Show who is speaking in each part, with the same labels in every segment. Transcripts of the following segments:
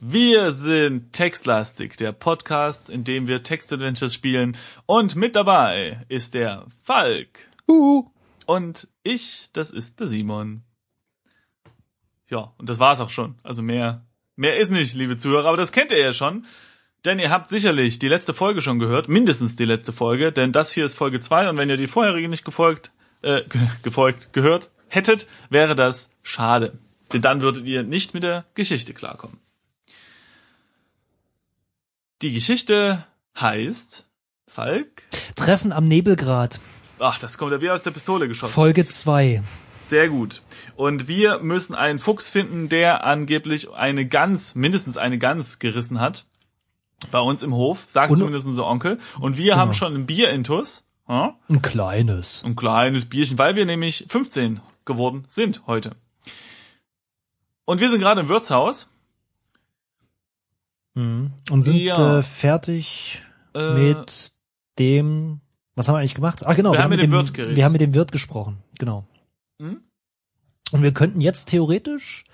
Speaker 1: Wir sind Textlastik, der Podcast, in dem wir Textadventures spielen. Und mit dabei ist der Falk.
Speaker 2: Uhu.
Speaker 1: Und ich, das ist der Simon. Ja, und das war's auch schon. Also mehr, mehr ist nicht, liebe Zuhörer, aber das kennt ihr ja schon. Denn ihr habt sicherlich die letzte Folge schon gehört, mindestens die letzte Folge, denn das hier ist Folge 2 und wenn ihr die vorherige nicht gefolgt, äh, ge gefolgt, gehört hättet, wäre das schade. Denn dann würdet ihr nicht mit der Geschichte klarkommen. Die Geschichte heißt Falk.
Speaker 2: Treffen am Nebelgrad,
Speaker 1: Ach, das kommt ja wie aus der Pistole geschossen.
Speaker 2: Folge 2.
Speaker 1: Sehr gut. Und wir müssen einen Fuchs finden, der angeblich eine Gans, mindestens eine Gans gerissen hat. Bei uns im Hof, sagt
Speaker 2: Und-
Speaker 1: zumindest unser Onkel. Und wir haben schon ein Bier intus. Ja?
Speaker 2: Ein kleines.
Speaker 1: Ein kleines Bierchen, weil wir nämlich 15 geworden sind heute. Und wir sind gerade im Wirtshaus.
Speaker 2: Mhm. Und sind
Speaker 1: Ja.
Speaker 2: äh, fertig
Speaker 1: Äh,
Speaker 2: mit dem. Was haben wir eigentlich gemacht? Ach genau,
Speaker 1: Wir haben mit dem Wirt geredet.
Speaker 2: wir haben mit dem Wirt gesprochen. Genau.
Speaker 1: Hm?
Speaker 2: Und wir könnten jetzt theoretisch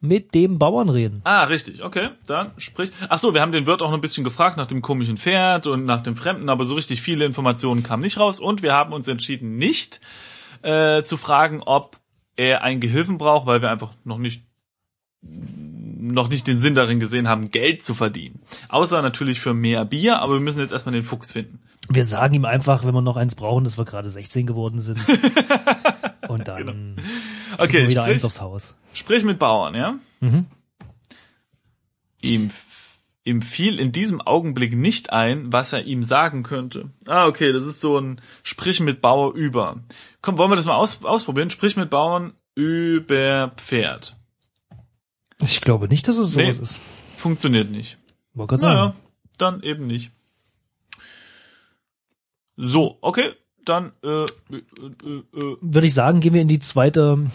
Speaker 2: mit dem Bauern reden.
Speaker 1: Ah, richtig, okay. Dann sprich. Ach so, wir haben den Wirt auch noch ein bisschen gefragt nach dem komischen Pferd und nach dem Fremden, aber so richtig viele Informationen kamen nicht raus und wir haben uns entschieden, nicht äh, zu fragen, ob er einen Gehilfen braucht, weil wir einfach noch nicht noch nicht den Sinn darin gesehen haben, Geld zu verdienen. Außer natürlich für mehr Bier, aber wir müssen jetzt erstmal den Fuchs finden.
Speaker 2: Wir sagen ihm einfach, wenn wir noch eins brauchen, dass wir gerade 16 geworden sind. Und dann
Speaker 1: Genau. Okay,
Speaker 2: wieder eins
Speaker 1: sprich,
Speaker 2: aufs Haus.
Speaker 1: sprich mit Bauern, ja?
Speaker 2: Mhm.
Speaker 1: Ihm, f- ihm fiel in diesem Augenblick nicht ein, was er ihm sagen könnte. Ah, okay, das ist so ein Sprich mit Bauer über. Komm, wollen wir das mal aus, ausprobieren? Sprich mit Bauern über Pferd.
Speaker 2: Ich glaube nicht, dass es
Speaker 1: Nee.
Speaker 2: sowas ist.
Speaker 1: Funktioniert nicht.
Speaker 2: Wollte gerade sagen.
Speaker 1: Naja, dann eben nicht. So, okay, dann äh, äh, äh, äh,
Speaker 2: Würde ich sagen, gehen wir in die zweite,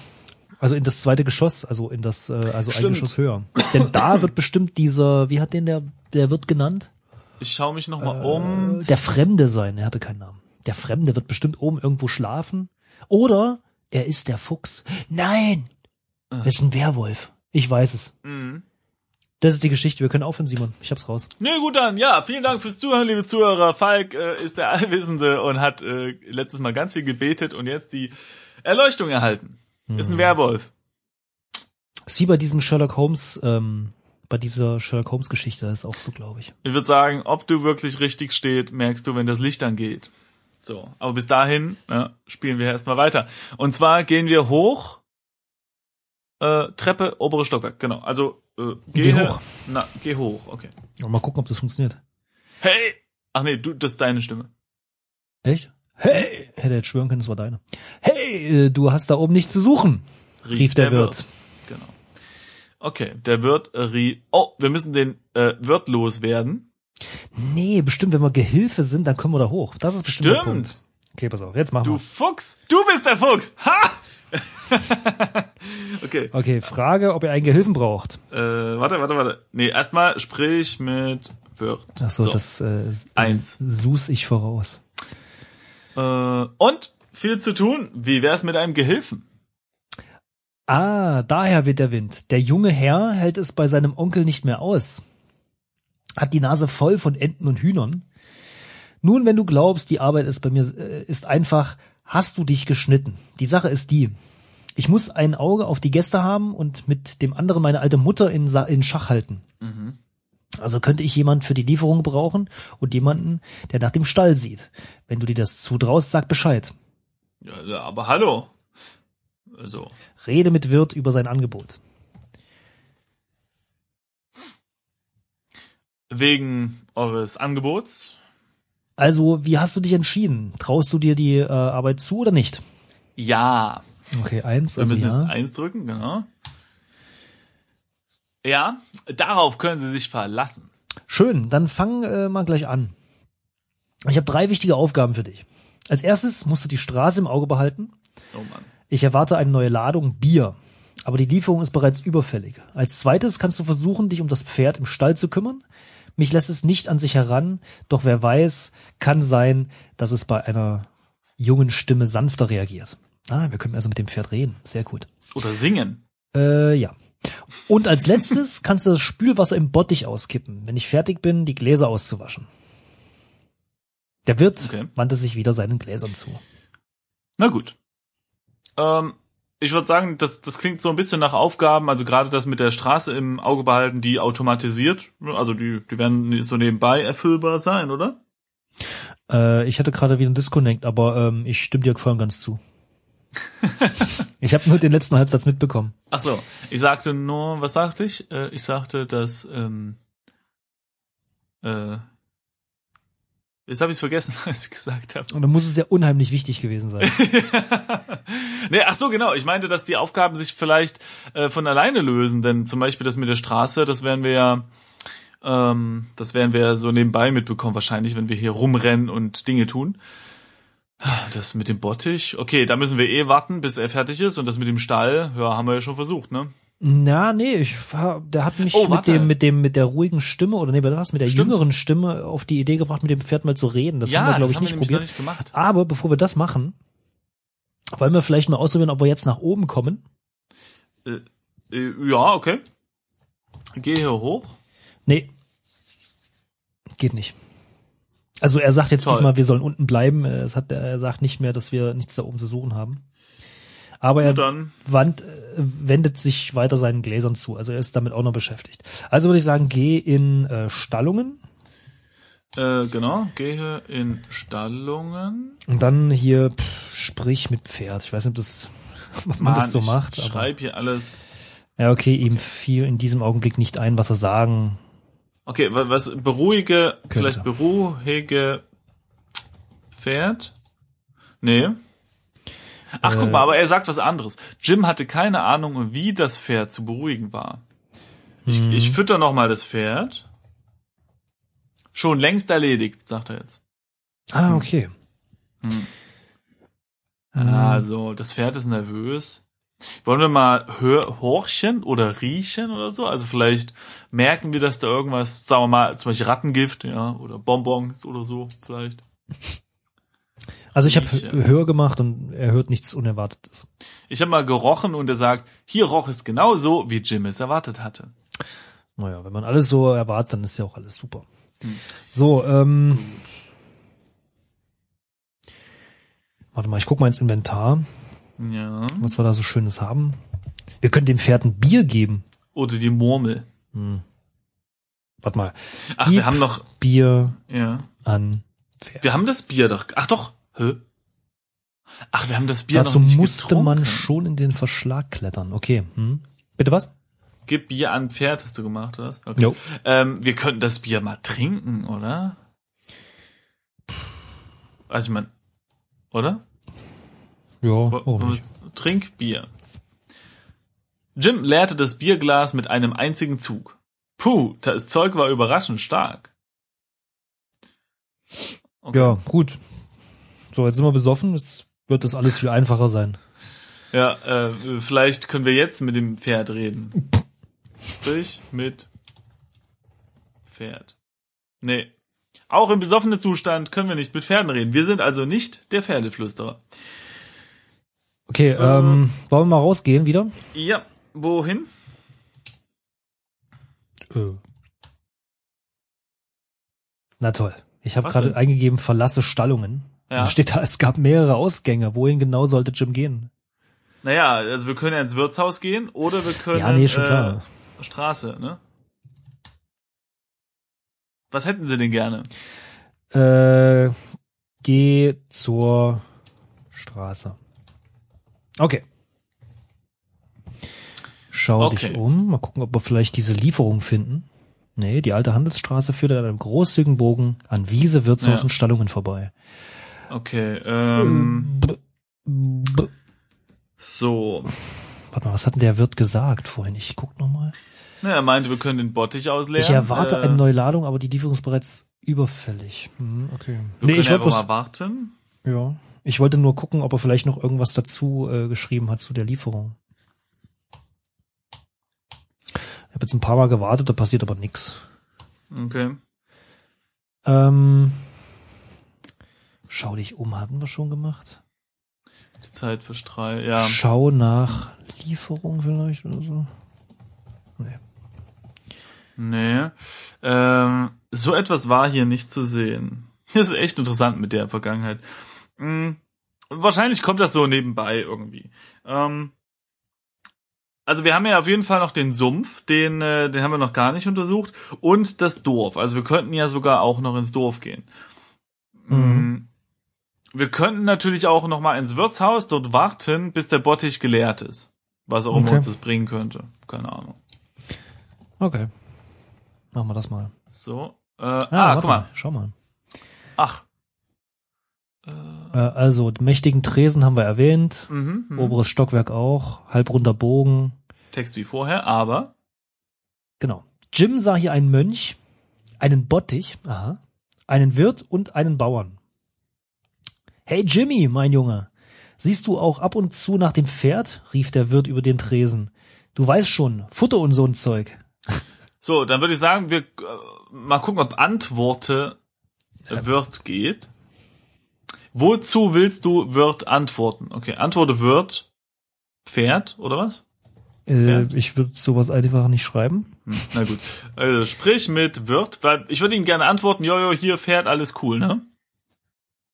Speaker 2: also in das zweite Geschoss, also in das, äh, also ein
Speaker 1: Stimmt.
Speaker 2: Geschoss höher. Denn da wird bestimmt dieser, wie hat den der, der wird genannt? Äh,
Speaker 1: ich schaue mich nochmal mal um.
Speaker 2: Der Fremde sein, er hatte keinen Namen. Der Fremde wird bestimmt oben irgendwo schlafen. Oder er ist der Fuchs. Nein!
Speaker 1: Ah.
Speaker 2: Er ist ein Werwolf. Ich weiß es.
Speaker 1: Mhm.
Speaker 2: Das ist die Geschichte. Wir können aufhören, Simon. Ich hab's raus.
Speaker 1: Na gut dann, ja, vielen Dank fürs Zuhören, liebe Zuhörer. Falk äh, ist der Allwissende und hat äh, letztes Mal ganz viel gebetet und jetzt die Erleuchtung erhalten. Ist ein Werwolf.
Speaker 2: Ist wie bei diesem Sherlock Holmes, ähm, bei dieser Sherlock Holmes Geschichte ist auch so, glaube ich.
Speaker 1: Ich würde sagen, ob du wirklich richtig steht, merkst du, wenn das Licht angeht. So, aber bis dahin ja, spielen wir erstmal weiter. Und zwar gehen wir hoch, äh, Treppe, obere Stockwerk, genau. Also äh,
Speaker 2: Geh
Speaker 1: gehe-
Speaker 2: hoch.
Speaker 1: Na, geh hoch, okay.
Speaker 2: Und mal gucken, ob das funktioniert.
Speaker 1: Hey! Ach nee, du, das ist deine Stimme.
Speaker 2: Echt? Hey! Hätte jetzt schwören können, es war deine. Hey, äh, du hast da oben nichts zu suchen, rief, der, Wirt.
Speaker 1: Genau. Okay, der Wirt äh, rie. Oh, wir müssen den äh, Wirt loswerden.
Speaker 2: Nee, bestimmt, wenn wir Gehilfe sind, dann können wir da hoch. Das ist bestimmt der Punkt.
Speaker 1: Stimmt.
Speaker 2: Okay, pass auf, jetzt machen
Speaker 1: Du
Speaker 2: wir.
Speaker 1: Fuchs. Du bist der Fuchs. Ha! okay.
Speaker 2: Okay, Frage, ob ihr einen Gehilfen braucht.
Speaker 1: Äh, warte, warte, warte. Nee, erstmal sprich mit Wirt.
Speaker 2: Ach so, das äh,
Speaker 1: Eins.
Speaker 2: sus ich voraus.
Speaker 1: Äh, und viel zu tun. Wie wär's mit einem Gehilfen?
Speaker 2: Ah, daher weht der Wind. Der junge Herr hält es bei seinem Onkel nicht mehr aus. Hat die Nase voll von Enten und Hühnern. Nun, wenn du glaubst, die Arbeit ist bei mir äh, ist einfach, hast du dich geschnitten. Die Sache ist die. Ich muss ein Auge auf die Gäste haben und mit dem anderen meine alte Mutter in, Sa in Schach halten. Also könnte ich jemand für die Lieferung brauchen und jemanden, der nach dem Stall sieht. Wenn du dir das zutraust, sag Bescheid.
Speaker 1: Ja, ja, aber hallo. So.
Speaker 2: Rede mit Wirt über sein Angebot.
Speaker 1: Wegen eures Angebots.
Speaker 2: Also, wie hast du dich entschieden? Traust du dir die äh, Arbeit zu oder nicht?
Speaker 1: Ja.
Speaker 2: Okay, eins,
Speaker 1: Wir
Speaker 2: also
Speaker 1: müssen jetzt
Speaker 2: ja.
Speaker 1: eins drücken, genau. Ja, darauf können Sie sich verlassen.
Speaker 2: Schön, dann fang äh, mal gleich an. Ich habe drei wichtige Aufgaben für dich. Als erstes musst du die Straße im Auge behalten.
Speaker 1: Oh Mann.
Speaker 2: Ich erwarte eine neue Ladung Bier, aber die Lieferung ist bereits überfällig. Als zweites kannst du versuchen, dich um das Pferd im Stall zu kümmern. Mich lässt es nicht an sich heran, doch wer weiß, kann sein, dass es bei einer jungen Stimme sanfter reagiert. Ah, wir können also mit dem Pferd reden. Sehr gut.
Speaker 1: Oder singen.
Speaker 2: Äh, ja. Und als letztes kannst du das Spülwasser im Bottich auskippen, wenn ich fertig bin, die Gläser auszuwaschen. Der Wirt
Speaker 1: Okay.
Speaker 2: wandte sich wieder seinen Gläsern zu.
Speaker 1: Na gut. Ähm, ich würde sagen, das, das klingt so ein bisschen nach Aufgaben, also gerade das mit der Straße im Auge behalten, die automatisiert, also die, die werden so nebenbei erfüllbar sein, oder?
Speaker 2: Äh, ich hatte gerade wieder einen Disconnect, aber ähm, ich stimme dir voll und ganz zu. ich habe nur den letzten Halbsatz mitbekommen.
Speaker 1: Ach so, ich sagte nur, was sagte ich? Äh, ich sagte, dass, ähm, äh, jetzt habe ich vergessen, was ich gesagt habe.
Speaker 2: Und dann muss es ja unheimlich wichtig gewesen sein.
Speaker 1: nee, ach so, genau. Ich meinte, dass die Aufgaben sich vielleicht äh, von alleine lösen, denn zum Beispiel das mit der Straße, das werden wir ja, ähm, das werden wir ja so nebenbei mitbekommen, wahrscheinlich, wenn wir hier rumrennen und Dinge tun. Das mit dem Bottich, okay, da müssen wir eh warten, bis er fertig ist. Und das mit dem Stall, ja, haben wir ja schon versucht, ne?
Speaker 2: Na, nee, ich, war- der hat mich
Speaker 1: Oh,
Speaker 2: mit
Speaker 1: warte.
Speaker 2: dem, mit dem, mit der ruhigen Stimme oder nee, was mit der
Speaker 1: Stimmt.
Speaker 2: jüngeren Stimme auf die Idee gebracht, mit dem Pferd mal zu reden. Das
Speaker 1: ja,
Speaker 2: haben wir, glaube
Speaker 1: das
Speaker 2: ich,
Speaker 1: haben
Speaker 2: nicht
Speaker 1: wir nämlich noch
Speaker 2: probiert.
Speaker 1: nicht gemacht.
Speaker 2: Aber bevor wir das machen, wollen wir vielleicht mal ausprobieren, ob wir jetzt nach oben kommen.
Speaker 1: Äh, ja, okay. Geh hier hoch.
Speaker 2: Nee. Geht nicht. Also er sagt jetzt
Speaker 1: Toll.
Speaker 2: diesmal, wir sollen unten bleiben. Äh, Es hat, er sagt nicht mehr, dass wir nichts da oben zu suchen haben. Aber er
Speaker 1: Und dann,
Speaker 2: wand, äh, wendet sich weiter seinen Gläsern zu. Also er ist damit auch noch beschäftigt. Also würde ich sagen, geh in äh, Stallungen
Speaker 1: äh, genau, gehe in Stallungen.
Speaker 2: und dann hier pff, sprich mit Pferd. Ich weiß nicht, ob, das, ob man das so
Speaker 1: ich
Speaker 2: macht. Aber,
Speaker 1: Schreib hier alles.
Speaker 2: ja, okay, ihm fiel in diesem Augenblick nicht ein, was er sagen
Speaker 1: Okay, wa- was beruhige, vielleicht
Speaker 2: Könnte.
Speaker 1: beruhige Pferd? Nee. Ach, guck
Speaker 2: Äh.
Speaker 1: mal, aber er sagt was anderes. Jim hatte keine Ahnung, wie das Pferd zu beruhigen war. Ich,
Speaker 2: Mhm.
Speaker 1: ich fütter noch mal das Pferd. Schon längst erledigt, sagt er jetzt.
Speaker 2: Ah, okay.
Speaker 1: Hm.
Speaker 2: Ähm,
Speaker 1: Also, das Pferd ist nervös. Wollen wir mal hör, horchen oder riechen oder so? Also vielleicht merken wir, dass da irgendwas, sagen wir mal, zum Beispiel Rattengift, ja, oder Bonbons oder so, vielleicht.
Speaker 2: also ich habe
Speaker 1: ich, äh,
Speaker 2: Hör gemacht und er hört nichts Unerwartetes.
Speaker 1: Ich habe mal gerochen und er sagt, hier roch es genauso, wie Jim es erwartet hatte.
Speaker 2: Naja, wenn man alles so erwartet, dann ist ja auch alles super.
Speaker 1: Hm.
Speaker 2: So, ähm. Warte mal, ich guck mal ins Inventar,
Speaker 1: Ja.
Speaker 2: was wir da so Schönes haben. Wir können dem Pferd ein Bier geben.
Speaker 1: Oder die Murmel.
Speaker 2: Hm. Warte mal.
Speaker 1: Ach,
Speaker 2: Gib
Speaker 1: wir haben noch,
Speaker 2: Bier
Speaker 1: ja.
Speaker 2: an Pferd.
Speaker 1: Wir haben das Bier doch, ach doch, hä? Ach, wir haben das Bier
Speaker 2: Dazu
Speaker 1: noch nicht
Speaker 2: musste
Speaker 1: getrunken.
Speaker 2: man schon in den Verschlag klettern. Okay. Hm. Bitte was?
Speaker 1: Gib Bier an Pferd, hast du gemacht, oder was? Okay.
Speaker 2: Jo.
Speaker 1: Ähm, wir könnten das Bier mal trinken, oder? Also ich meine, oder?
Speaker 2: Ja,
Speaker 1: Wo-
Speaker 2: warum
Speaker 1: wo-
Speaker 2: Oh, nicht?
Speaker 1: Trink Bier. Jim leerte das Bierglas mit einem einzigen Zug. Puh, das Zeug war überraschend stark. Okay.
Speaker 2: Ja, gut. So, jetzt sind wir besoffen. Jetzt wird das alles viel einfacher sein.
Speaker 1: Ja, äh, vielleicht können wir jetzt mit dem Pferd reden. Sprich mit Pferd. Nee. Auch im besoffenen Zustand können wir nicht mit Pferden reden. Wir sind also nicht der Pferdeflüsterer. Äh.
Speaker 2: Okay, ähm, wollen wir mal rausgehen wieder?
Speaker 1: Ja, wohin? Äh.
Speaker 2: Na toll. Ich habe
Speaker 1: Was
Speaker 2: gerade
Speaker 1: denn?
Speaker 2: eingegeben, verlasse Stallungen.
Speaker 1: Ja.
Speaker 2: Ja. Steht da, es gab mehrere Ausgänge. Wohin genau sollte Jim gehen?
Speaker 1: Naja, also wir können ja ins Wirtshaus gehen oder wir können
Speaker 2: Ja, nee, schon
Speaker 1: äh,
Speaker 2: klar.
Speaker 1: Straße, ne? Was hätten sie denn gerne?
Speaker 2: Äh, geh zur Straße. Okay. Schau
Speaker 1: Okay.
Speaker 2: dich um. Mal gucken, ob wir vielleicht diese Lieferung finden. Nee, die alte Handelsstraße führt an einem großzügigen Bogen an Wiese, Wirtshaus
Speaker 1: Ja.
Speaker 2: und Stallungen vorbei.
Speaker 1: Okay, ähm,
Speaker 2: B b
Speaker 1: so.
Speaker 2: Warte mal, was hat denn der Wirt gesagt vorhin? Ich guck noch mal.
Speaker 1: Na, er meinte, wir können den Bottich ausleeren.
Speaker 2: Ich erwarte
Speaker 1: äh,
Speaker 2: eine neue Ladung, aber die Lieferung ist bereits überfällig. Hm,
Speaker 1: Wir
Speaker 2: okay. Nee,
Speaker 1: können
Speaker 2: ich wollte
Speaker 1: einfach mal
Speaker 2: bloß,
Speaker 1: warten.
Speaker 2: ja, ich wollte nur gucken, ob er vielleicht noch irgendwas dazu äh, geschrieben hat zu der Lieferung. Ich habe jetzt ein paar Mal gewartet, da passiert aber nichts.
Speaker 1: Okay.
Speaker 2: Ähm, schau dich um, hatten wir schon gemacht.
Speaker 1: Die Zeit verstreicht. Ja.
Speaker 2: Schau nach Lieferung vielleicht oder so. Nee.
Speaker 1: Nee. Ähm, so etwas war hier nicht zu sehen. Das ist echt interessant mit der Vergangenheit. Hm, wahrscheinlich kommt das so nebenbei irgendwie. Ähm, also wir haben ja auf jeden Fall noch den Sumpf, den, äh, den haben wir noch gar nicht untersucht, und das Dorf. Also wir könnten ja sogar auch noch ins Dorf gehen. Hm,
Speaker 2: Mhm.
Speaker 1: Wir könnten natürlich auch noch mal ins Wirtshaus dort warten, bis der Bottich geleert ist. Was auch immer
Speaker 2: Okay.
Speaker 1: uns das bringen könnte. Keine Ahnung.
Speaker 2: Okay. Machen wir das mal.
Speaker 1: So. Äh, ah,
Speaker 2: warte
Speaker 1: guck mal.
Speaker 2: Schau mal.
Speaker 1: Ach.
Speaker 2: Äh, also, den mächtigen Tresen haben wir erwähnt.
Speaker 1: Mhm, mhm.
Speaker 2: Oberes Stockwerk auch. Halbrunder Bogen.
Speaker 1: Text wie vorher, aber
Speaker 2: Genau. Jim sah hier einen Mönch, einen Bottich, aha, einen Wirt und einen Bauern. Hey Jimmy, mein Junge, siehst du auch ab und zu nach dem Pferd? rief der Wirt über den Tresen. Du weißt schon, Futter und so ein Zeug.
Speaker 1: so, dann würde ich sagen, wir äh, mal gucken, ob Antworte äh, Word geht. Wozu willst du Word antworten? Okay, Antworte Word Pferd oder was?
Speaker 2: Äh,
Speaker 1: Pferd?
Speaker 2: ich würde sowas einfach nicht schreiben.
Speaker 1: Hm, na gut. Also sprich mit Word, weil ich würde ihm gerne antworten, jojo, hier Pferd, alles cool, ne?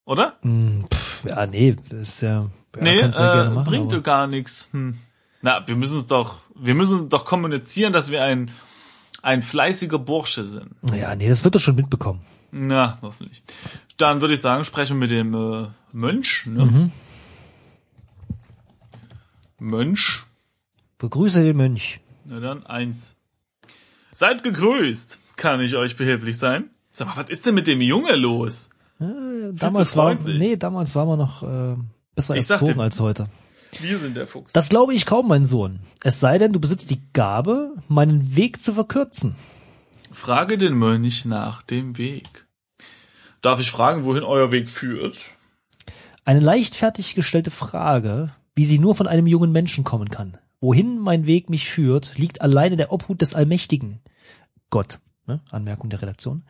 Speaker 1: Oder?
Speaker 2: Hm, pff, ja, nee, das ist ja. ja
Speaker 1: nee,
Speaker 2: kannst ja
Speaker 1: äh,
Speaker 2: gerne machen,
Speaker 1: bringt
Speaker 2: aber-
Speaker 1: doch gar nichts. Hm. Na, wir müssen uns doch, wir müssen doch kommunizieren, dass wir ein ein fleißiger Bursche sind.
Speaker 2: Ja, nee, das wird er schon mitbekommen.
Speaker 1: Na, hoffentlich. Dann würde ich sagen, sprechen wir mit dem äh, Mönch. Ne? Mönch.
Speaker 2: Begrüße den Mönch.
Speaker 1: Na dann, eins. Seid gegrüßt. Kann ich euch behilflich sein? Sag mal, was ist denn mit dem Junge los?
Speaker 2: Äh, damals war,
Speaker 1: freundlich.
Speaker 2: nee, damals war man noch äh, besser
Speaker 1: Ich sag
Speaker 2: erzogen
Speaker 1: dir-
Speaker 2: als heute.
Speaker 1: Wir sind der Fuchs.
Speaker 2: Das glaube ich kaum, mein Sohn. Es sei denn, du besitzt die Gabe, meinen Weg zu verkürzen.
Speaker 1: Frage den Mönch nach dem Weg. Darf ich fragen, wohin euer Weg führt?
Speaker 2: Eine leichtfertig gestellte Frage, wie sie nur von einem jungen Menschen kommen kann. Wohin mein Weg mich führt, liegt allein in der Obhut des Allmächtigen. Gott. Ne? Anmerkung der Redaktion.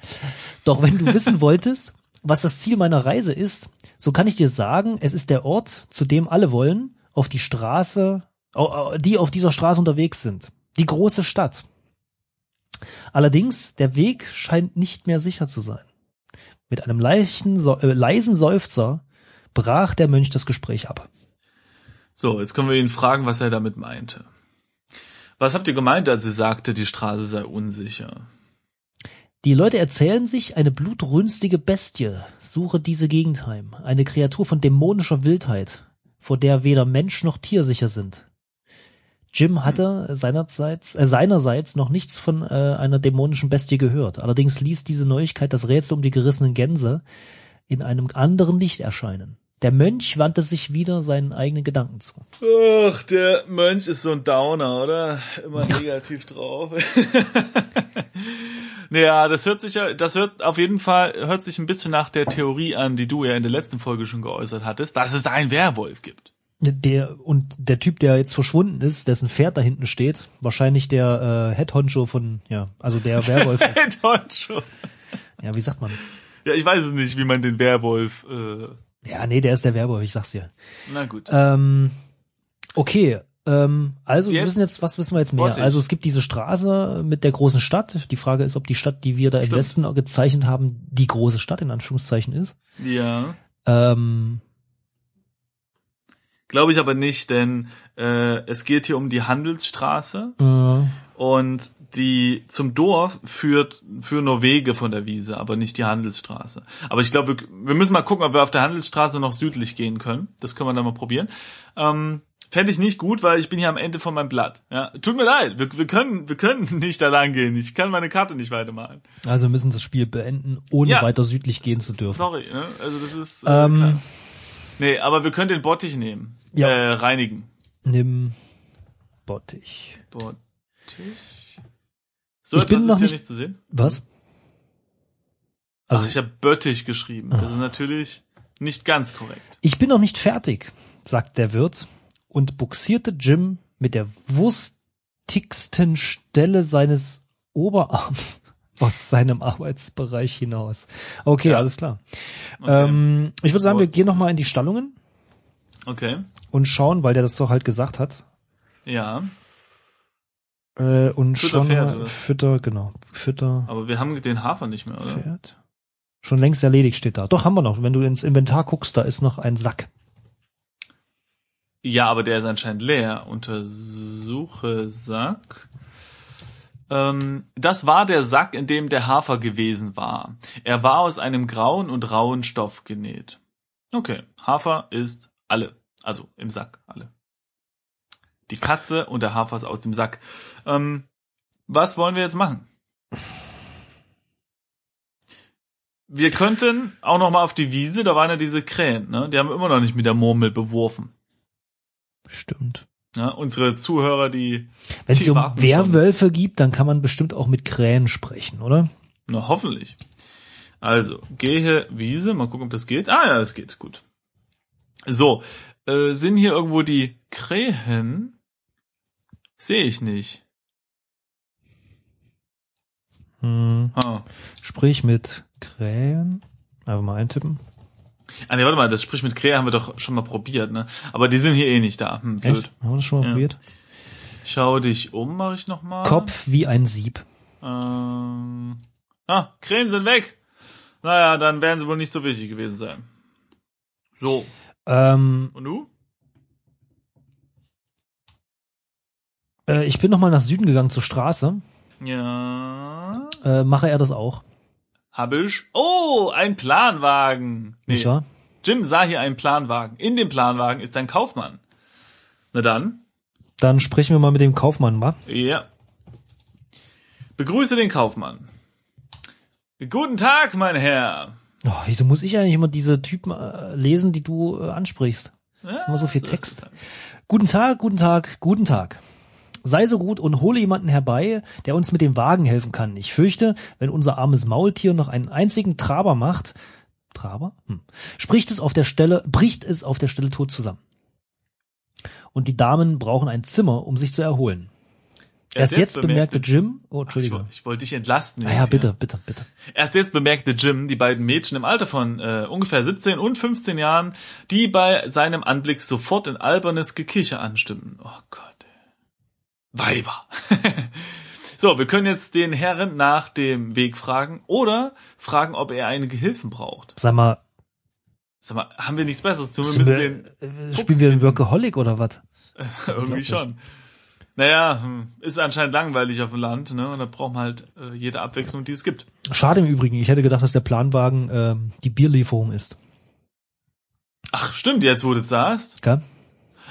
Speaker 2: Doch wenn du wissen wolltest, was das Ziel meiner Reise ist, so kann ich dir sagen, es ist der Ort, zu dem alle wollen, auf die Straße, au- au- die auf dieser Straße unterwegs sind. Die große Stadt. Allerdings, der Weg scheint nicht mehr sicher zu sein. Mit einem leichten, Seu- äh, leisen Seufzer brach der Mönch das Gespräch ab.
Speaker 1: So, jetzt können wir ihn fragen, was er damit meinte. Was habt ihr gemeint, als ihr sagte, die Straße sei unsicher?
Speaker 2: Die Leute erzählen sich, eine blutrünstige Bestie suche diese Gegend heim. Eine Kreatur von dämonischer Wildheit, vor der weder Mensch noch Tier sicher sind. Jim hatte seinerseits, äh, seinerseits noch nichts von äh, einer dämonischen Bestie gehört. Allerdings ließ diese Neuigkeit das Rätsel um die gerissenen Gänse in einem anderen Licht erscheinen. Der Mönch wandte sich wieder seinen eigenen Gedanken zu.
Speaker 1: Ach, der Mönch ist so ein Downer, oder? Immer negativ drauf. naja, das hört sich ja, das hört auf jeden Fall, hört sich ein bisschen nach der Theorie an, die du ja in der letzten Folge schon geäußert hattest, dass es da einen Werwolf gibt.
Speaker 2: Der und der Typ, der jetzt verschwunden ist, dessen Pferd da hinten steht, wahrscheinlich der äh, Head Honcho von, ja, also der Werwolf ist.
Speaker 1: Hey, Deutscho.
Speaker 2: Ja, wie sagt man?
Speaker 1: Ja, ich weiß es nicht, wie man den Werwolf, äh,
Speaker 2: Ja, nee, der ist der Werwolf, ich sag's dir.
Speaker 1: na gut.
Speaker 2: Ähm, okay, ähm, also wir
Speaker 1: Jetzt-
Speaker 2: wissen jetzt, was wissen wir jetzt mehr?
Speaker 1: Warte ich.
Speaker 2: Also es gibt diese Straße mit der großen Stadt. Die Frage ist, ob die Stadt, die wir da im
Speaker 1: Stimmt.
Speaker 2: Westen gezeichnet haben, die große Stadt in Anführungszeichen ist.
Speaker 1: Ja.
Speaker 2: Ähm,
Speaker 1: Glaube ich aber nicht, denn äh, es geht hier um die Handelsstraße
Speaker 2: äh,
Speaker 1: Und die zum Dorf führt für nur Wege von der Wiese, aber nicht die Handelsstraße. Aber ich glaube, wir, wir müssen mal gucken, ob wir auf der Handelsstraße noch südlich gehen können. Das können wir dann mal probieren. Ähm, Fände ich nicht gut, weil ich bin hier am Ende von meinem Blatt. Ja, tut mir leid, wir, wir können wir können nicht da lang gehen. Ich kann meine Karte nicht weitermalen.
Speaker 2: also wir müssen das Spiel beenden, ohne
Speaker 1: Ja.
Speaker 2: weiter südlich gehen zu dürfen.
Speaker 1: Sorry, ne? also das ist äh,
Speaker 2: Ähm.
Speaker 1: klar. Nee, aber wir können den Bottich nehmen.
Speaker 2: Ja.
Speaker 1: Äh, reinigen.
Speaker 2: Nimm Bottich.
Speaker 1: Bottich. So
Speaker 2: Ich
Speaker 1: etwas
Speaker 2: bin noch
Speaker 1: ist hier
Speaker 2: nicht-
Speaker 1: nicht zu sehen.
Speaker 2: Was? Also, Ah.
Speaker 1: Ach, ich habe Böttich geschrieben. Das ist natürlich nicht ganz korrekt.
Speaker 2: Ich bin noch nicht fertig, sagt der Wirt und buxierte Jim mit der wurstigsten Stelle seines Oberarms aus seinem Arbeitsbereich hinaus. Okay,
Speaker 1: Ja.
Speaker 2: alles klar.
Speaker 1: Okay.
Speaker 2: Ähm, ich würde sagen, wir
Speaker 1: Gut.
Speaker 2: gehen nochmal in die Stallungen
Speaker 1: okay.
Speaker 2: und schauen, weil der das doch halt gesagt hat.
Speaker 1: Ja.
Speaker 2: Äh, und
Speaker 1: Fütter
Speaker 2: schon
Speaker 1: Pferd, oder?
Speaker 2: Fütter, genau. Fütter
Speaker 1: Aber wir haben den Hafer nicht mehr, oder?
Speaker 2: Pferd. Schon längst erledigt steht da. Doch, haben wir noch. Wenn du ins Inventar guckst, da ist noch ein Sack.
Speaker 1: Ja, aber der ist anscheinend leer. Untersuche Sack. Ähm, das war der Sack, in dem der Hafer gewesen war. Er war aus einem grauen und rauen Stoff genäht. Okay, Hafer ist alle. Also im Sack alle. Die Katze und der Hafer ist aus dem Sack. Ähm, was wollen wir jetzt machen? Wir könnten auch noch mal auf die Wiese, da waren ja diese Krähen, ne? Die haben wir immer noch nicht mit der Murmel beworfen.
Speaker 2: Stimmt.
Speaker 1: Ja, unsere Zuhörer, die
Speaker 2: Wenn es
Speaker 1: Die
Speaker 2: um
Speaker 1: warten schon.
Speaker 2: Werwölfe gibt, dann kann man bestimmt auch mit Krähen sprechen, oder?
Speaker 1: na hoffentlich. Also, gehe Wiese, mal gucken, ob das geht. Ah ja, es geht, gut. So, äh, sind hier irgendwo die Krähen? Sehe ich nicht.
Speaker 2: Hm.
Speaker 1: Ah.
Speaker 2: Sprich mit Krähen. Einfach mal eintippen.
Speaker 1: ah, nee, warte mal, das Sprich mit Krähe haben wir doch schon mal probiert, ne? Aber die sind hier eh nicht da. Hm, blöd.
Speaker 2: Echt? Haben wir das schon mal
Speaker 1: Ja.
Speaker 2: probiert?
Speaker 1: Schau dich um, mache ich nochmal.
Speaker 2: Kopf wie ein Sieb.
Speaker 1: Ähm, ah, Krähen sind weg. Naja, dann werden sie wohl nicht so wichtig gewesen sein. So,
Speaker 2: Ähm,
Speaker 1: und du?
Speaker 2: äh, ich bin nochmal nach Süden gegangen zur Straße.
Speaker 1: Ja.
Speaker 2: Äh, mache er das auch,
Speaker 1: Hab ich. Oh, ein Planwagen. Nee,
Speaker 2: nicht wahr?
Speaker 1: Jim sah hier einen Planwagen. In dem Planwagen ist ein Kaufmann. Na dann.
Speaker 2: Dann sprechen wir mal mit dem Kaufmann, wa?
Speaker 1: Ja. Begrüße den Kaufmann. Guten Tag, mein Herr.
Speaker 2: Oh, wieso muss ich eigentlich immer diese Typen äh, lesen, die du äh, ansprichst?
Speaker 1: Ja,
Speaker 2: immer so viel
Speaker 1: ist
Speaker 2: Text.
Speaker 1: das halt.
Speaker 2: Guten Tag, guten Tag, guten Tag. Sei so gut und hole jemanden herbei, der uns mit dem Wagen helfen kann. Ich fürchte, wenn unser armes Maultier noch einen einzigen Traber macht, Traber? Hm. Spricht es auf der Stelle, bricht es auf der Stelle tot zusammen. Und die Damen brauchen ein Zimmer, um sich zu erholen. Erst, jetzt, bemerkte Jim, oh,
Speaker 1: Ich,
Speaker 2: Entschuldigung.
Speaker 1: woll- ich wollte dich entlasten.
Speaker 2: Ah
Speaker 1: jetzt
Speaker 2: ja,
Speaker 1: hier.
Speaker 2: bitte, bitte, bitte.
Speaker 1: Erst jetzt bemerkte Jim die beiden Mädchen im Alter von äh, ungefähr 17 und 15 Jahren, die bei seinem Anblick sofort in albernes Gekicher anstimmten. Oh Gott. ey. Weiber. so, wir können jetzt den Herren nach dem Weg fragen oder fragen, ob er eine Gehilfen braucht.
Speaker 2: Sag mal,
Speaker 1: Sag mal, haben wir nichts Besseres zu tun?
Speaker 2: sind
Speaker 1: Wir
Speaker 2: wir,
Speaker 1: müssen
Speaker 2: äh, spielen wir einen Workaholic oder was?
Speaker 1: den irgendwie schon. Naja, hm, ist anscheinend langweilig auf dem Land, ne? Und da braucht man halt äh, jede Abwechslung, die es gibt.
Speaker 2: Schade im Übrigen, ich hätte gedacht, dass der Planwagen ähm, die Bierlieferung ist.
Speaker 1: Ach, stimmt, jetzt wo du es sagst.
Speaker 2: Gell?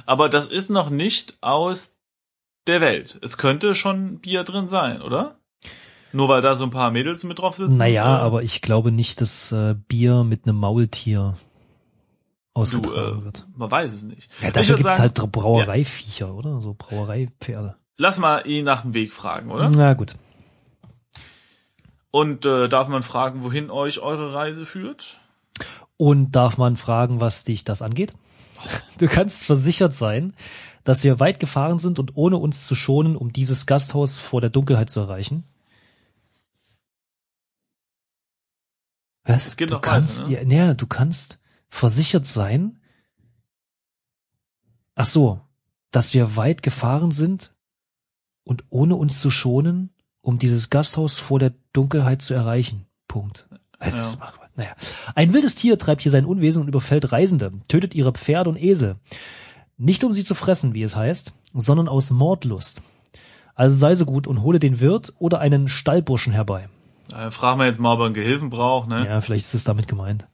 Speaker 1: Aber das ist noch nicht aus der Welt. Es könnte schon Bier drin sein, oder? Nur weil da so ein paar Mädels mit drauf sitzen.
Speaker 2: Naja,
Speaker 1: Äh,
Speaker 2: aber ich glaube nicht, dass äh, Bier mit einem Maultier
Speaker 1: du,
Speaker 2: ausgetragen
Speaker 1: äh,
Speaker 2: wird.
Speaker 1: man weiß es nicht.
Speaker 2: Ja,
Speaker 1: ich
Speaker 2: dafür
Speaker 1: würd
Speaker 2: gibt's
Speaker 1: sagen,
Speaker 2: halt Brauereiviecher, oder? So Brauereipferde.
Speaker 1: Lass mal ihn nach dem Weg fragen, oder?
Speaker 2: Na gut.
Speaker 1: Und äh, darf man fragen, wohin euch eure Reise führt?
Speaker 2: Und darf man fragen, was dich das angeht? Du kannst versichert sein, dass wir weit gefahren sind und ohne uns zu schonen, um dieses Gasthaus vor der Dunkelheit zu erreichen. Was?
Speaker 1: Es geht
Speaker 2: du
Speaker 1: noch weiter,
Speaker 2: kannst,
Speaker 1: ne?
Speaker 2: ja, naja, du kannst versichert sein. Ach so, dass wir weit gefahren sind und ohne uns zu schonen, um dieses Gasthaus vor der Dunkelheit zu erreichen. Punkt. Also, das
Speaker 1: Ja.
Speaker 2: machen wir. Naja. Ein wildes Tier treibt hier sein Unwesen und überfällt Reisende, tötet ihre Pferde und Esel. Nicht um sie zu fressen, wie es heißt, sondern aus Mordlust. Also sei so gut und hole den Wirt oder einen Stallburschen herbei.
Speaker 1: Äh, fragen wir jetzt mal, ob er einen Gehilfen braucht, ne?
Speaker 2: Ja, vielleicht ist es damit gemeint.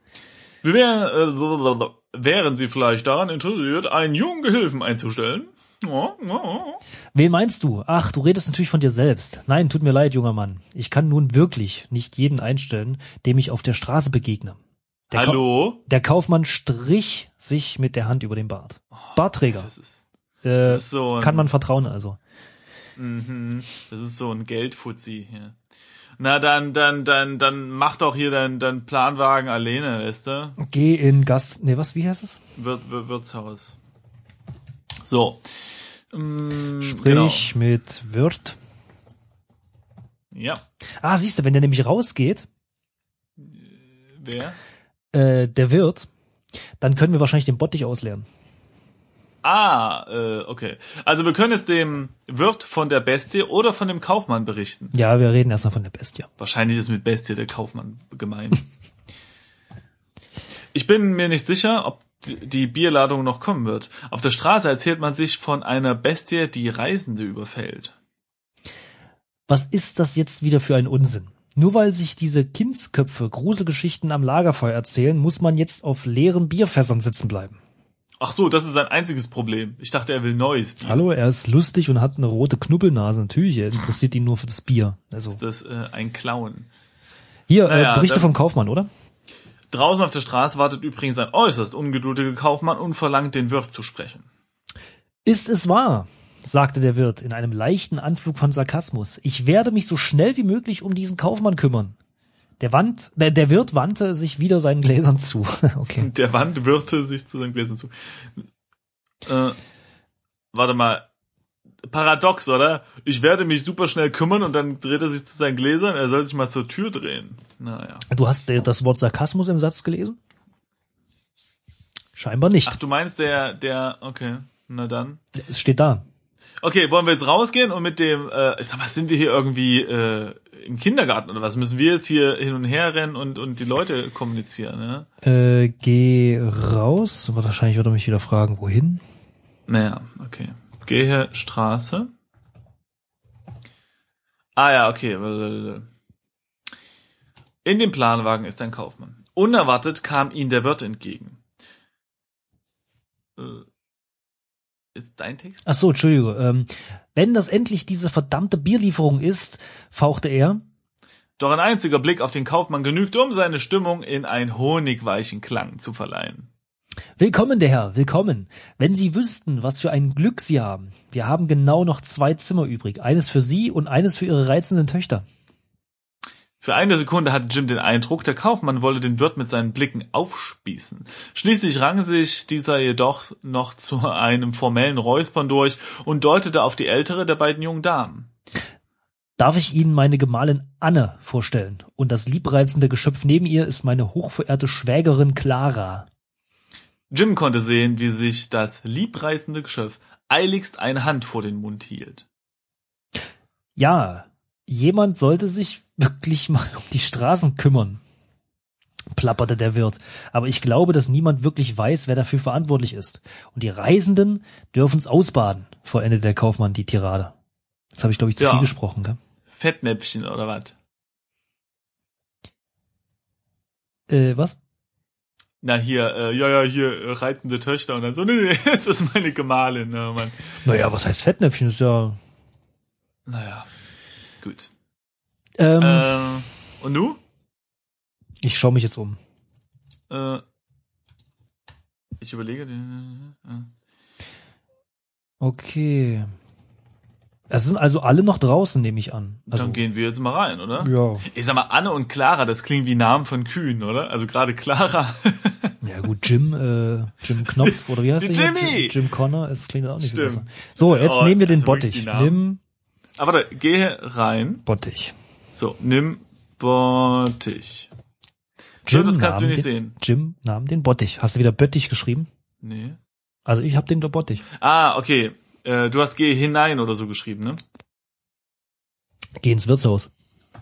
Speaker 1: Wir wären, äh, blablabla. wären Sie vielleicht daran interessiert, einen jungen Gehilfen einzustellen? Ja, ja, ja.
Speaker 2: Wen meinst du? Ach, du redest natürlich von dir selbst. Nein, tut mir leid, junger Mann. Ich kann nun wirklich nicht jeden einstellen, dem ich auf der Straße begegne. Der Ka-
Speaker 1: Hallo?
Speaker 2: Der Kaufmann strich sich mit der Hand über den Bart. Bartträger.
Speaker 1: Oh, Das ist,
Speaker 2: Äh,
Speaker 1: das ist so ein-
Speaker 2: kann man vertrauen also.
Speaker 1: Mhm. Das ist so ein Geldfuzzi hier. Na dann, dann, dann, dann mach doch hier deinen dein Planwagen alleine, weißt du?
Speaker 2: Geh in Gast... Nee, was? Wie heißt es?
Speaker 1: Wirt, wir, Wirtshaus. So. Mm,
Speaker 2: Sprich mit Wirt.
Speaker 1: Genau. Ja.
Speaker 2: Ah, siehst du, wenn der nämlich rausgeht,
Speaker 1: Wer?
Speaker 2: äh, der Wirt, dann können wir wahrscheinlich den Bottich ausleeren.
Speaker 1: Ah, äh, okay. Also wir können jetzt dem Wirt von der Bestie oder von dem Kaufmann berichten.
Speaker 2: Ja, wir reden erstmal von der Bestie.
Speaker 1: Wahrscheinlich ist mit Bestie der Kaufmann gemeint. ich bin mir nicht sicher, ob die Bierladung noch kommen wird. Auf der Straße erzählt man sich von einer Bestie, die Reisende überfällt.
Speaker 2: Was ist das jetzt wieder für ein Unsinn? Nur weil sich diese Kindsköpfe Gruselgeschichten am Lagerfeuer erzählen, muss man jetzt auf leeren Bierfässern sitzen bleiben.
Speaker 1: Ach so, das ist sein einziges Problem. Ich dachte, er will neues Bier.
Speaker 2: Hallo, er ist lustig und hat eine rote Knubbelnase. Natürlich er interessiert ihn nur für das Bier. Also
Speaker 1: Ist das äh, ein Clown?
Speaker 2: hier
Speaker 1: Naja,
Speaker 2: äh, Berichte
Speaker 1: dann-
Speaker 2: vom Kaufmann, oder?
Speaker 1: Draußen auf der Straße wartet übrigens ein äußerst ungeduldiger Kaufmann und verlangt, den Wirt zu sprechen.
Speaker 2: Ist es wahr? sagte der Wirt in einem leichten Anflug von Sarkasmus. Ich werde mich so schnell wie möglich um diesen Kaufmann kümmern. Der Wand, der, der Wirt wandte sich wieder seinen Gläsern zu. okay.
Speaker 1: Der Wand wirrte sich zu seinen Gläsern zu. Äh, warte mal. Paradox, oder? Ich werde mich super schnell kümmern und dann dreht er sich zu seinen Gläsern. Er soll sich mal zur Tür drehen. Naja.
Speaker 2: Du hast äh, das Wort Sarkasmus im Satz gelesen? Scheinbar nicht.
Speaker 1: Ach, du meinst der, der, okay. Na dann.
Speaker 2: Es steht da.
Speaker 1: Okay, wollen wir jetzt rausgehen und mit dem, äh, sag mal, sind wir hier irgendwie äh, im Kindergarten oder was? Müssen wir jetzt hier hin und her rennen und, und die Leute kommunizieren, ne?
Speaker 2: Äh, geh raus. Wahrscheinlich wird er mich wieder fragen, wohin?
Speaker 1: Naja, okay. Gehe Straße. Ah ja, okay. In dem Planwagen ist ein Kaufmann. Unerwartet kam ihm der Wirt entgegen. Äh, Ist dein Text?
Speaker 2: Ach so, Entschuldigung. Ähm, wenn das endlich diese verdammte Bierlieferung ist, fauchte er.
Speaker 1: Doch ein einziger Blick auf den Kaufmann genügt, um seine Stimmung in einen honigweichen Klang zu verleihen.
Speaker 2: Willkommen, der Herr, willkommen. Wenn Sie wüssten, was für ein Glück Sie haben. Wir haben genau noch zwei Zimmer übrig. Eines für Sie und eines für Ihre reizenden Töchter.
Speaker 1: Für eine Sekunde hatte Jim den Eindruck, der Kaufmann wolle den Wirt mit seinen Blicken aufspießen. Schließlich rang sich dieser jedoch noch zu einem formellen Räuspern durch und deutete auf die ältere der beiden jungen Damen.
Speaker 2: Darf ich Ihnen meine Gemahlin Anne vorstellen? Und das liebreizende Geschöpf neben ihr ist meine hochverehrte Schwägerin Clara.
Speaker 1: Jim konnte sehen, wie sich das liebreizende Geschöpf eiligst eine Hand vor den Mund hielt.
Speaker 2: Ja, jemand sollte sich wirklich mal um die Straßen kümmern, plapperte der Wirt. Aber ich glaube, dass niemand wirklich weiß, wer dafür verantwortlich ist. Und die Reisenden dürfen's ausbaden, vollendete der Kaufmann die Tirade. Jetzt habe ich, glaube ich, zu
Speaker 1: Ja.
Speaker 2: viel gesprochen, gell?
Speaker 1: Fettnäpfchen oder was?
Speaker 2: Äh, was?
Speaker 1: Na hier, äh, ja, ja, hier, äh, reizende Töchter und dann so, nee, nee, ist das meine Gemahlin, ne, Mann.
Speaker 2: Naja, was heißt Fettnäpfchen? Ist ja.
Speaker 1: Naja, gut.
Speaker 2: Ähm,
Speaker 1: Ähm, und du?
Speaker 2: Ich schaue mich jetzt um.
Speaker 1: Äh, ich überlege. äh, äh.
Speaker 2: Okay. Es sind also alle noch draußen, nehme ich an. Also,
Speaker 1: Dann gehen wir jetzt mal rein, oder?
Speaker 2: ja.
Speaker 1: Ich sag mal, Anne und Clara, das klingt wie Namen von Kühen, oder? Also gerade Clara.
Speaker 2: Ja gut, Jim, äh, Jim Knopf oder wie heißt
Speaker 1: Die
Speaker 2: der? hier?
Speaker 1: Jimmy!
Speaker 2: Jim, Jim Connor, es klingt auch nicht viel
Speaker 1: Stimmt.
Speaker 2: besser. So, jetzt
Speaker 1: Oh,
Speaker 2: nehmen wir den
Speaker 1: also wirklich die
Speaker 2: Bottich. Nimm
Speaker 1: Namen. Aber da, gehe rein.
Speaker 2: Bottich.
Speaker 1: So, nimm Bottich. So, das kannst du
Speaker 2: nahm
Speaker 1: nicht
Speaker 2: den,
Speaker 1: sehen.
Speaker 2: Jim nahm den Bottich. Hast du wieder Böttich geschrieben?
Speaker 1: Nee.
Speaker 2: Also ich habe den Bottich.
Speaker 1: Ah, okay. Äh, du hast gehe hinein oder so geschrieben, ne?
Speaker 2: Geh ins Wirtshaus.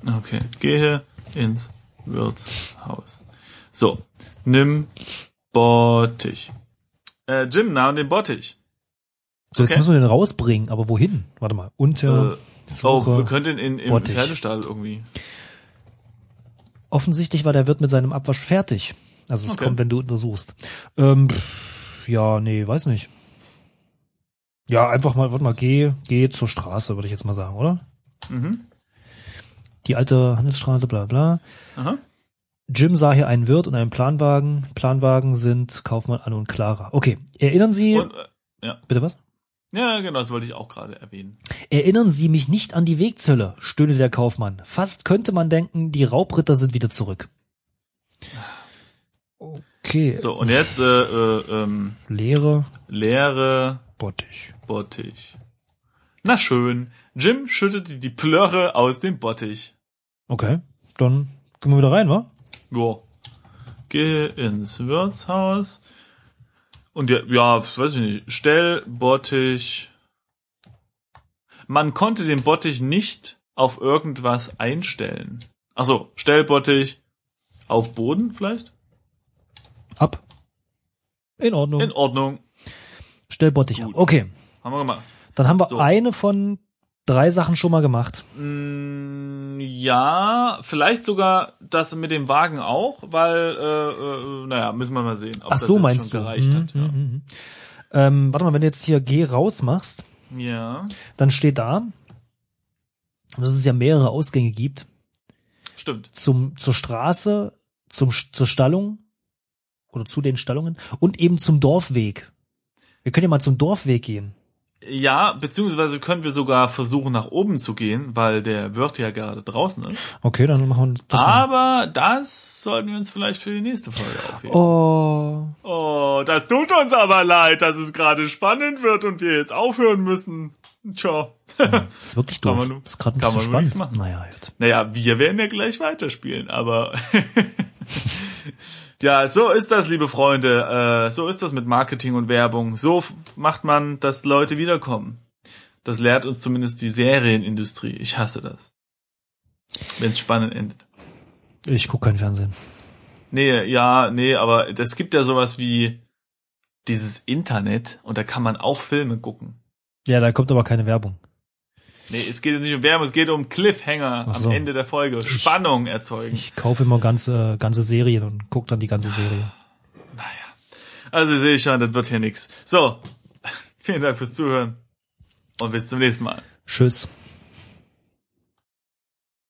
Speaker 1: Okay. Gehe ins Wirtshaus. So, nimm Bottich. Äh, Jim nahm den Bottich.
Speaker 2: So, jetzt
Speaker 1: Okay.
Speaker 2: müssen wir den rausbringen, aber wohin? Warte mal, unter
Speaker 1: Oh,
Speaker 2: Suche.
Speaker 1: wir könnten in, im
Speaker 2: Bottich.
Speaker 1: Pferdestall irgendwie.
Speaker 2: Offensichtlich war der Wirt mit seinem Abwasch fertig. Also es
Speaker 1: Okay.
Speaker 2: kommt, wenn du untersuchst. Ähm, pff, ja, nee, weiß nicht. Ja, einfach mal, warte mal, geh, geh zur Straße, würde ich jetzt mal sagen, oder?
Speaker 1: Mhm.
Speaker 2: Die alte Handelsstraße, bla bla.
Speaker 1: Aha.
Speaker 2: Jim sah hier einen Wirt und einen Planwagen. Planwagen sind Kaufmann Anne und Clara. Okay, erinnern Sie,
Speaker 1: Und, äh,
Speaker 2: bitte was?
Speaker 1: ja, genau, das wollte ich auch gerade erwähnen.
Speaker 2: Erinnern Sie mich nicht an die Wegzölle, stöhnte der Kaufmann. Fast könnte man denken, die Raubritter sind wieder zurück. Okay,
Speaker 1: So, und jetzt äh, äh, ähm,
Speaker 2: leere
Speaker 1: leere
Speaker 2: Bottich.
Speaker 1: Bottich. Na schön. Jim schüttete die Plörre aus dem Bottich.
Speaker 2: Okay, dann gehen wir wieder rein, wa?
Speaker 1: Jo. Gehe ins Wirtshaus Und ja, ja, weiß ich nicht. Stellbottich. Man konnte den Bottich nicht auf irgendwas einstellen. Achso, Stellbottich auf Boden vielleicht?
Speaker 2: Ab. In Ordnung.
Speaker 1: In Ordnung.
Speaker 2: Stell Bottich ab.
Speaker 1: Gut.
Speaker 2: Okay.
Speaker 1: Haben wir gemacht.
Speaker 2: Dann haben wir
Speaker 1: So.
Speaker 2: eine von drei Sachen schon mal gemacht.
Speaker 1: Mm, Ja, vielleicht sogar das mit dem Wagen auch, weil, äh, äh, naja, müssen wir mal sehen, ob
Speaker 2: Ach
Speaker 1: das
Speaker 2: so,
Speaker 1: jetzt
Speaker 2: meinst
Speaker 1: schon
Speaker 2: du.
Speaker 1: gereicht
Speaker 2: Mhm,
Speaker 1: hat. Ja.
Speaker 2: mhm, mhm. Ähm, warte mal, wenn du jetzt hier G raus machst,
Speaker 1: ja,
Speaker 2: dann steht da, dass es ja mehrere Ausgänge gibt.
Speaker 1: stimmt.
Speaker 2: Zum, zur Straße, zum, Sch- zur Stallung oder zu den Stallungen und eben zum Dorfweg. Wir können ja mal zum Dorfweg gehen.
Speaker 1: Ja, beziehungsweise können wir sogar versuchen, nach oben zu gehen, weil der Wirt ja gerade draußen ist.
Speaker 2: Okay, dann machen wir das mal.
Speaker 1: Aber das sollten wir uns vielleicht für die nächste Folge aufheben.
Speaker 2: Oh.
Speaker 1: Oh, das tut uns aber leid, dass es gerade spannend wird und wir jetzt aufhören müssen. Tja.
Speaker 2: Das ist wirklich
Speaker 1: Kann
Speaker 2: doof.
Speaker 1: man nur-
Speaker 2: Das ist gerade ein
Speaker 1: kann
Speaker 2: bisschen
Speaker 1: man nur nichts
Speaker 2: spannend.
Speaker 1: machen.
Speaker 2: Naja, gut.
Speaker 1: Naja, wir werden ja gleich weiterspielen, aber ja, so ist das, liebe Freunde. Äh, so ist das mit Marketing und Werbung. So f- macht man, dass Leute wiederkommen. Das lehrt uns zumindest die Serienindustrie. Ich hasse das. Wenn es spannend endet.
Speaker 2: Ich gucke kein Fernsehen.
Speaker 1: Nee, ja, nee, aber es gibt ja sowas wie dieses Internet und da kann man auch Filme gucken.
Speaker 2: Ja, da kommt aber keine Werbung.
Speaker 1: Nee, es geht jetzt nicht um Werbung, es geht um Cliffhanger
Speaker 2: Ach so.
Speaker 1: am Ende der Folge. Spannung erzeugen.
Speaker 2: Ich kaufe immer ganze, äh, ganze Serien und gucke dann die ganze Serie.
Speaker 1: Also sehe ich schon, das wird hier nix. So, vielen Dank fürs Zuhören und bis zum nächsten Mal.
Speaker 2: Tschüss.